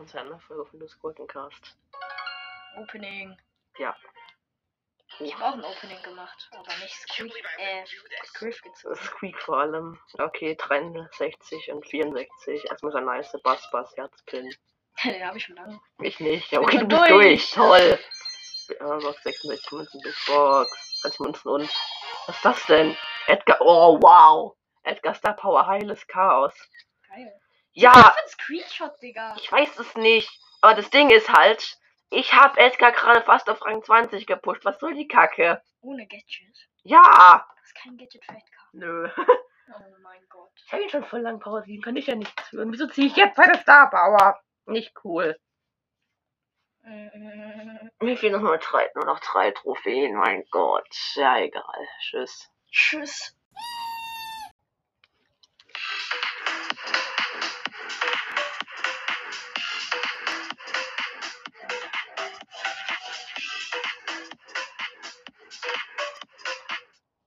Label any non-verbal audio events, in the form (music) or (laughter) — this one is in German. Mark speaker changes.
Speaker 1: Und zu einer Nachfolge von Discord Cast.
Speaker 2: Opening.
Speaker 1: Ja.
Speaker 2: Ich habe auch ein Opening gemacht, aber nicht Squeak, äh, Griff
Speaker 1: Das
Speaker 2: gezogen. (laughs)
Speaker 1: ist Squeak vor allem. Okay, 63 und 64. Erstmal sein nice Bass, Bass, Herzpin.
Speaker 2: Den habe ich schon lange.
Speaker 1: Ich nicht. Ja, okay,
Speaker 2: Bin
Speaker 1: du bist
Speaker 2: schon
Speaker 1: durch. Toll. Ja, Box 66 Münzen, Big Box. 20 Münzen und. Was ist das denn? Edgar. Oh, wow. Edgar Star Power, heiles Chaos.
Speaker 2: Geil.
Speaker 1: Ja,
Speaker 2: Was für ein Screenshot, Digga.
Speaker 1: Ich weiß es nicht. Aber das Ding ist halt, ich habe Edgar gerade fast auf Rang 20 gepusht. Was soll die Kacke?
Speaker 2: Ohne Gadget.
Speaker 1: Ja!
Speaker 2: Das ist kein Gadget für Edgar.
Speaker 1: Nö.
Speaker 2: Oh mein Gott.
Speaker 1: Ich habe ihn schon voll lang Power 7, kann ich ja nichts hören. Wieso ziehe ich jetzt meine Star Power? Nicht cool.
Speaker 2: Mm.
Speaker 1: Mir fehlen noch nur, drei, nur noch drei Trophäen, mein Gott. Ja, egal. Tschüss.
Speaker 2: Tschüss.